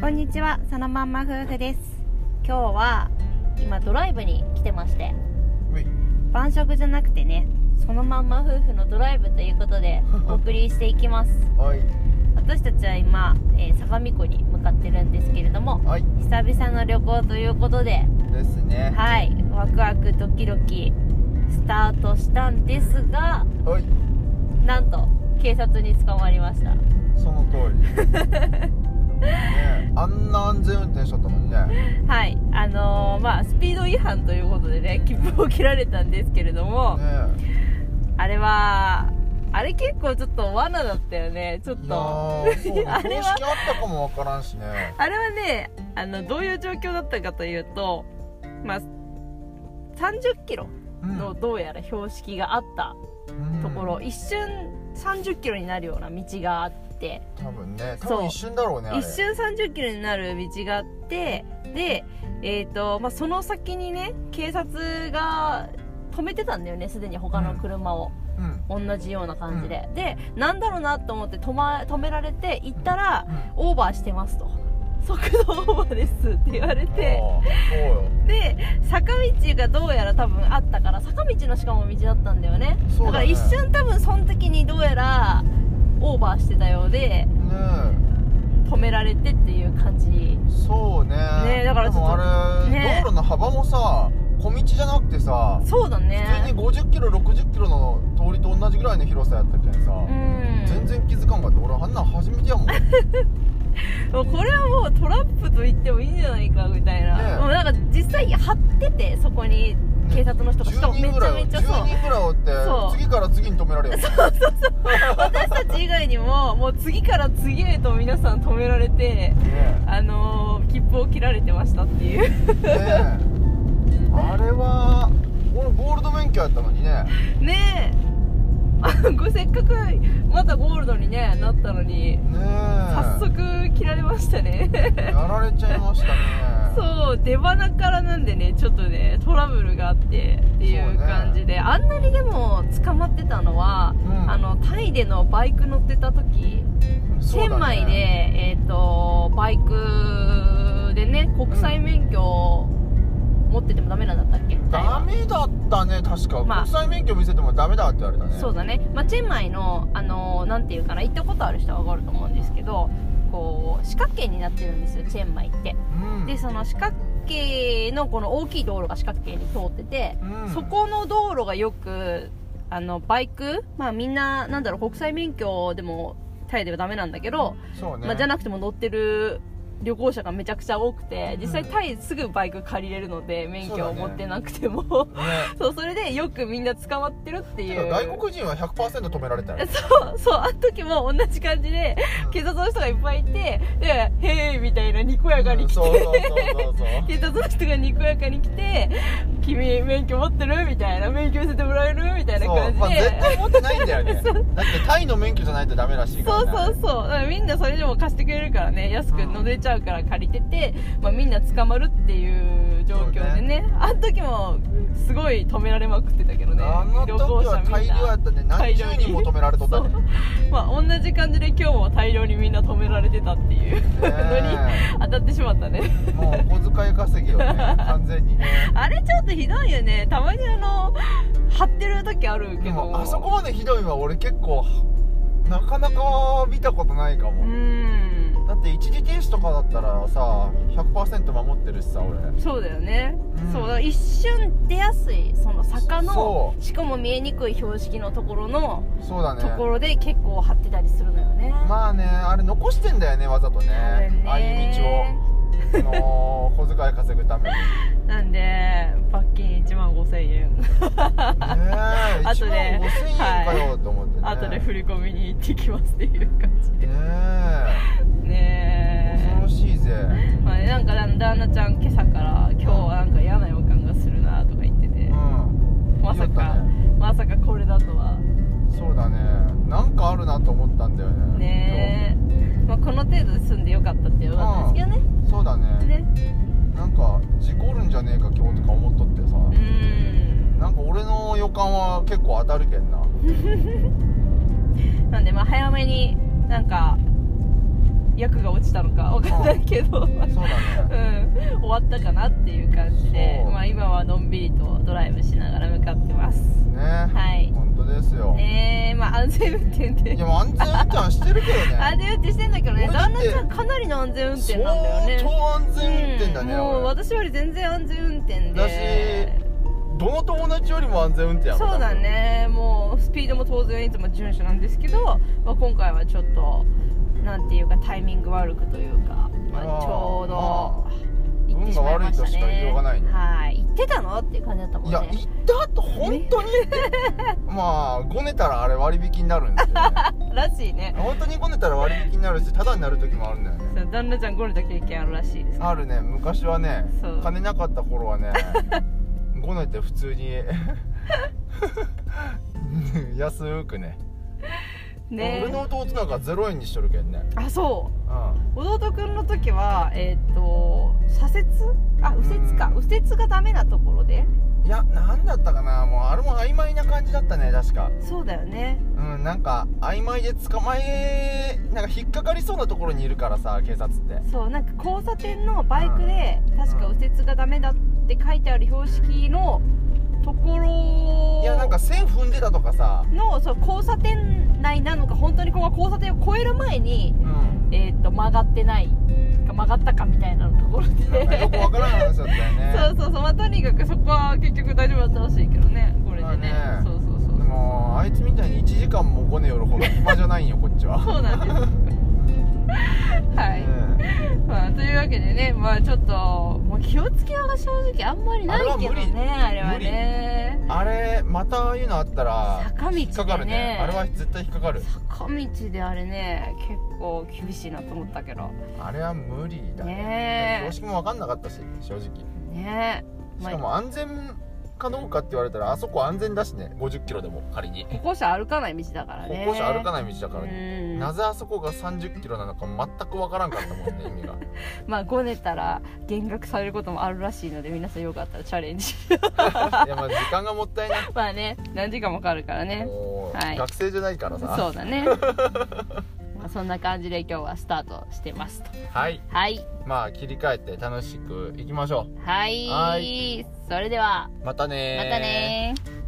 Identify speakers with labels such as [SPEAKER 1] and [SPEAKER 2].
[SPEAKER 1] こんにちはそのまんま夫婦です今日は今ドライブに来てまして
[SPEAKER 2] うい
[SPEAKER 1] 晩食じゃなくてねそのまんま夫婦のドライブということでお送りしていきます
[SPEAKER 2] はい
[SPEAKER 1] 私たちは今、えー相模湖に向かってるんですけれども
[SPEAKER 2] はい
[SPEAKER 1] 久々の旅行ということで
[SPEAKER 2] ですね
[SPEAKER 1] はいワクワクドキドキスタートしたんですが
[SPEAKER 2] はい
[SPEAKER 1] なんと警察に捕まりました
[SPEAKER 2] その通 りねえあんな安全運転しちゃったもんね
[SPEAKER 1] はいあのーまあスピード違反ということでね切符を切られたんですけれども、
[SPEAKER 2] ね
[SPEAKER 1] あれはあれ結構ちょっと罠だったよねちょっ
[SPEAKER 2] えいや
[SPEAKER 1] と
[SPEAKER 2] ーそうね
[SPEAKER 1] あれ
[SPEAKER 2] 公
[SPEAKER 1] は
[SPEAKER 2] 式あったかもわからんしね
[SPEAKER 1] あれはねあのどういう状況だったかというとまあ30キロ
[SPEAKER 2] うん
[SPEAKER 1] のどうやら標識があった
[SPEAKER 2] うん
[SPEAKER 1] ところ、一瞬30キロになるような道があって
[SPEAKER 2] 多分ね多
[SPEAKER 1] そう
[SPEAKER 2] 分一瞬だろうねあれ
[SPEAKER 1] 一瞬30キロになる道があってで、えーとまあ、その先にね警察が止めてたんだよねすでに他の車を、
[SPEAKER 2] うんうん
[SPEAKER 1] 同じような感じで、でなんだろうなと思って止,、ま、止められて行ったら、オーバーしてますと速度オーバーですって言われて
[SPEAKER 2] あーそうよ
[SPEAKER 1] で坂道がどうやら多分あったから坂道のしかも道だったんだよね
[SPEAKER 2] そう
[SPEAKER 1] だか
[SPEAKER 2] だ
[SPEAKER 1] ら
[SPEAKER 2] ね
[SPEAKER 1] 一瞬多分その時にどうやらオーバーしてたようで
[SPEAKER 2] ね
[SPEAKER 1] 止められてっていう感じに
[SPEAKER 2] えそうね
[SPEAKER 1] ねえだからちょっと
[SPEAKER 2] でもあれ、
[SPEAKER 1] ねえ
[SPEAKER 2] 道路の幅もさ小道じゃなくてさ
[SPEAKER 1] そうだね
[SPEAKER 2] 普通に50キロ60キロの通りと同じぐらいの広さやったけんさ、
[SPEAKER 1] うん
[SPEAKER 2] 全然気づかんかって俺あんなん初めて やもんね
[SPEAKER 1] もうこれはもうトラップと言ってもいいんじゃないかみたいな、
[SPEAKER 2] ねえ
[SPEAKER 1] もうなんか実際貼っててそこに警察の人が、しかも
[SPEAKER 2] 10
[SPEAKER 1] め
[SPEAKER 2] 人ぐ
[SPEAKER 1] ちゃ
[SPEAKER 2] らい
[SPEAKER 1] め
[SPEAKER 2] を
[SPEAKER 1] ちゃそう
[SPEAKER 2] 10人ぐらいおって
[SPEAKER 1] そう
[SPEAKER 2] 次から次に止められよ
[SPEAKER 1] 私たち以外にももう次から次へと皆さん止められて
[SPEAKER 2] ね
[SPEAKER 1] あのー切符を切られてましたっていう
[SPEAKER 2] えねえあれは俺ゴールド免許やったのにね
[SPEAKER 1] ねえあごせっかくまたゴールドにねなったのに
[SPEAKER 2] ねえ
[SPEAKER 1] 早速切られましたね
[SPEAKER 2] やられちゃいましたね
[SPEAKER 1] そう出花からなんでねちょっとねトラブルがあってっていう感じで、あんなにでも捕まってたのは、
[SPEAKER 2] うん
[SPEAKER 1] あのタイでのバイク乗ってた時
[SPEAKER 2] そう
[SPEAKER 1] チェン
[SPEAKER 2] だ
[SPEAKER 1] マ
[SPEAKER 2] ね
[SPEAKER 1] イで、えー、とバイクでね国際免許を持っててもダメなんだったっけタイ
[SPEAKER 2] ダ
[SPEAKER 1] は
[SPEAKER 2] メだったね確か、
[SPEAKER 1] まあ
[SPEAKER 2] 国際免許見せてもダメだって言われたね
[SPEAKER 1] そうだね、まあ、チェンマイの、あのーなんていうかな行ったことある人は分かると思うんですけどこう四角形になってるんですよチェンマイって
[SPEAKER 2] うん
[SPEAKER 1] でその四角形のこの大きい道路が四角形に通ってて、
[SPEAKER 2] うん
[SPEAKER 1] そこの道路がよくあのバイクまあみんななんだろう国際免許でもタイではダメなんだけど、
[SPEAKER 2] そうね
[SPEAKER 1] まあ、じゃなくても乗ってる旅行者がめちゃくちゃ多くて実際
[SPEAKER 2] うん
[SPEAKER 1] タイすぐバイク借りれるので免許を持ってなくてもそう,、
[SPEAKER 2] ね
[SPEAKER 1] それでよくみんな捕まってるって
[SPEAKER 2] て
[SPEAKER 1] い
[SPEAKER 2] か
[SPEAKER 1] う
[SPEAKER 2] 外国人は100%止めら れたよ
[SPEAKER 1] そうそうあの時も同じ感じで警察の人がいっぱいいてで「へえ」みたいなにこやかに来て、
[SPEAKER 2] うんそうそうそうそうそう
[SPEAKER 1] 警察の人がにこやかに来て「君免許持ってる?」みたいな「免許見せてもらえる?」みたいな
[SPEAKER 2] そう
[SPEAKER 1] 感じで、
[SPEAKER 2] まあ、絶対持ってないんだ よね
[SPEAKER 1] そ
[SPEAKER 2] だってタイの免許じゃないとダメらしいか
[SPEAKER 1] そう
[SPEAKER 2] ら、ね、
[SPEAKER 1] そうそうだからみんなそれでも貸してくれるからね安く
[SPEAKER 2] うん
[SPEAKER 1] 乗れちゃうから借りてて、まあ、みんな捕まるっていう状況でねあの時もすごい止められまくってたけどね
[SPEAKER 2] あの時は大量やったね何十人も止められとったね
[SPEAKER 1] そうまあ同じ感じで今日も大量にみんな止められてたっていうのに
[SPEAKER 2] ね
[SPEAKER 1] 当たってしまったね
[SPEAKER 2] もうお小遣い稼ぎよね 完全にね
[SPEAKER 1] あれちょっとひどいよねたまにあの張ってる時あるけ
[SPEAKER 2] で
[SPEAKER 1] ど
[SPEAKER 2] もあそこまでひどいのは俺結構なかなか見たことないか
[SPEAKER 1] う
[SPEAKER 2] も、
[SPEAKER 1] ん
[SPEAKER 2] だって一時停止とかだったらさ100%守ってるしさ俺
[SPEAKER 1] そうだよね、
[SPEAKER 2] うん
[SPEAKER 1] そうだから一瞬出やすいその坂の
[SPEAKER 2] そ
[SPEAKER 1] しかも見えにくい標識のところの
[SPEAKER 2] そうだね
[SPEAKER 1] ところで結構張ってたりするのよね
[SPEAKER 2] まあねあれ残してんだよねわざとね
[SPEAKER 1] 多分ね
[SPEAKER 2] ああいう道をあのー小遣い稼ぐためにね
[SPEAKER 1] なんで罰金1万5000円
[SPEAKER 2] え1万
[SPEAKER 1] あと
[SPEAKER 2] 5000
[SPEAKER 1] ね
[SPEAKER 2] 円かよと思ってね、
[SPEAKER 1] 後で振り込みに行ってきますっていう感じで
[SPEAKER 2] ねえ
[SPEAKER 1] ね
[SPEAKER 2] 恐ろしいぜ
[SPEAKER 1] え、まあ、なんか旦那ちゃん今朝から今日はなんか嫌な予感がするなとか言って
[SPEAKER 2] う
[SPEAKER 1] て
[SPEAKER 2] ん
[SPEAKER 1] まさ
[SPEAKER 2] 言った
[SPEAKER 1] か、まさかこれだとは
[SPEAKER 2] そうだねなんかあるなと思ったんだよね
[SPEAKER 1] ねえ、まあ、この程度で済んでよかったってよかったですけどね
[SPEAKER 2] 今日そうだね
[SPEAKER 1] ね
[SPEAKER 2] なんか事故るんじゃねえか今日とか思っとってさ、
[SPEAKER 1] うん
[SPEAKER 2] なんか俺の予感は結構当たるけんな
[SPEAKER 1] なんでまあ早めになんか役が落ちたのか分かんないけど、うん、
[SPEAKER 2] そうだね
[SPEAKER 1] 終わったかなっていう感じで
[SPEAKER 2] そ、う
[SPEAKER 1] まあ、今はのんびりとドライブしながら向かってます
[SPEAKER 2] ね
[SPEAKER 1] はい
[SPEAKER 2] 本当ですよ、
[SPEAKER 1] ねえまあ安全運転で
[SPEAKER 2] いやもう安全運転してるけど
[SPEAKER 1] 安
[SPEAKER 2] ね
[SPEAKER 1] 全運転してんだけどね
[SPEAKER 2] 俺だっ
[SPEAKER 1] 旦那
[SPEAKER 2] て
[SPEAKER 1] ちゃんかなりの安全運転なんだよね
[SPEAKER 2] 相当安全運転だね、
[SPEAKER 1] うんもう
[SPEAKER 2] 俺
[SPEAKER 1] 私より全然安全運転
[SPEAKER 2] だし
[SPEAKER 1] で
[SPEAKER 2] どの友達よりも安全運転やろ
[SPEAKER 1] そうだねもうスピードも当然いつも順守なんですけど、まあ、今回はちょっとなんていうかタイミング悪くというか、まあ
[SPEAKER 2] いやー
[SPEAKER 1] ちょう
[SPEAKER 2] ま
[SPEAKER 1] ど行ってしまいましたね
[SPEAKER 2] 運が悪いとしか言いようがないね
[SPEAKER 1] はい行ってたのっていう感じだったも
[SPEAKER 2] 多分
[SPEAKER 1] ん
[SPEAKER 2] い
[SPEAKER 1] ね
[SPEAKER 2] や行った後本当に まあごねたらあれ割引になるんですよ ね
[SPEAKER 1] らしいね
[SPEAKER 2] 本当にごねたら割引になるしただになる時もあるんだよね
[SPEAKER 1] そう旦那ちゃんゴールド経験あるらしいです
[SPEAKER 2] あるね昔はね
[SPEAKER 1] そう
[SPEAKER 2] 金なかった頃は ねごねて普通に 安くね
[SPEAKER 1] ね
[SPEAKER 2] 俺の弟なんか0円にしとるけんね
[SPEAKER 1] あそう
[SPEAKER 2] う
[SPEAKER 1] 弟くんの時はえっ、と左折あ右折か
[SPEAKER 2] うん
[SPEAKER 1] 右折がダメなところで
[SPEAKER 2] んいや何だったかなもうあれも曖昧な感じだったね確か
[SPEAKER 1] そうだよね
[SPEAKER 2] うんなんか曖昧で捕まえなんか引っかかりそうなところにいるからさ警察って
[SPEAKER 1] そうなんか交差点のバイクで確か右折がダメだって書いてある標識のところ
[SPEAKER 2] いやなんか線踏んでたとかさ
[SPEAKER 1] のそう交差点内なのか本当にここが交差点を越える前に、
[SPEAKER 2] うん
[SPEAKER 1] えー、と曲がってないか曲がったかみたいなところ
[SPEAKER 2] なんかよく
[SPEAKER 1] で
[SPEAKER 2] わからん話だったよね
[SPEAKER 1] そうそうそうまあとにかくそこは結局大丈夫だったらしいけどねこれでね,、
[SPEAKER 2] まあね
[SPEAKER 1] そうそう そう
[SPEAKER 2] でもあいつみたいに1時間もごねよるほど暇じゃないんよこっちは
[SPEAKER 1] そうなんです はい、
[SPEAKER 2] ねえ
[SPEAKER 1] まあ、というわけでね、まあ、ちょっともう気をつけようが正直あんまりないけどねあ
[SPEAKER 2] あ
[SPEAKER 1] れ
[SPEAKER 2] れ
[SPEAKER 1] は
[SPEAKER 2] は無理
[SPEAKER 1] ね
[SPEAKER 2] あれまたああいうのあったら
[SPEAKER 1] 坂道でね
[SPEAKER 2] 引っかかるねあれは絶対引っかかる
[SPEAKER 1] 坂道であれね結構厳しいなと思ったけど
[SPEAKER 2] あれは無理だね
[SPEAKER 1] ねえ
[SPEAKER 2] 標識も分かんなかったし正直し
[SPEAKER 1] ねま
[SPEAKER 2] か
[SPEAKER 1] あ
[SPEAKER 2] も安全かどうかって言われたらあそこ安全だしね5 0キロでも仮に
[SPEAKER 1] 歩行者歩かない道だから
[SPEAKER 2] 歩
[SPEAKER 1] ね
[SPEAKER 2] 行者歩か
[SPEAKER 1] な
[SPEAKER 2] ない道だからね
[SPEAKER 1] うん
[SPEAKER 2] なぜあそこが3 0キロなのか全く分からんかったもんね意味 が
[SPEAKER 1] まあごねたら減額されることもあるらしいので皆さんよかったらチャレンジ
[SPEAKER 2] いやまあ時間がもったいない
[SPEAKER 1] まあね何時間もかかるからね
[SPEAKER 2] もう、
[SPEAKER 1] はい
[SPEAKER 2] 学生じゃないからさ
[SPEAKER 1] そうだ ねまあそんな感じで今日はスタートしてますと
[SPEAKER 2] はい
[SPEAKER 1] はい
[SPEAKER 2] まあ切り替えて楽しくいきましょ
[SPEAKER 1] はい
[SPEAKER 2] は
[SPEAKER 1] それでは
[SPEAKER 2] うまたね
[SPEAKER 1] ま
[SPEAKER 2] ー
[SPEAKER 1] たねー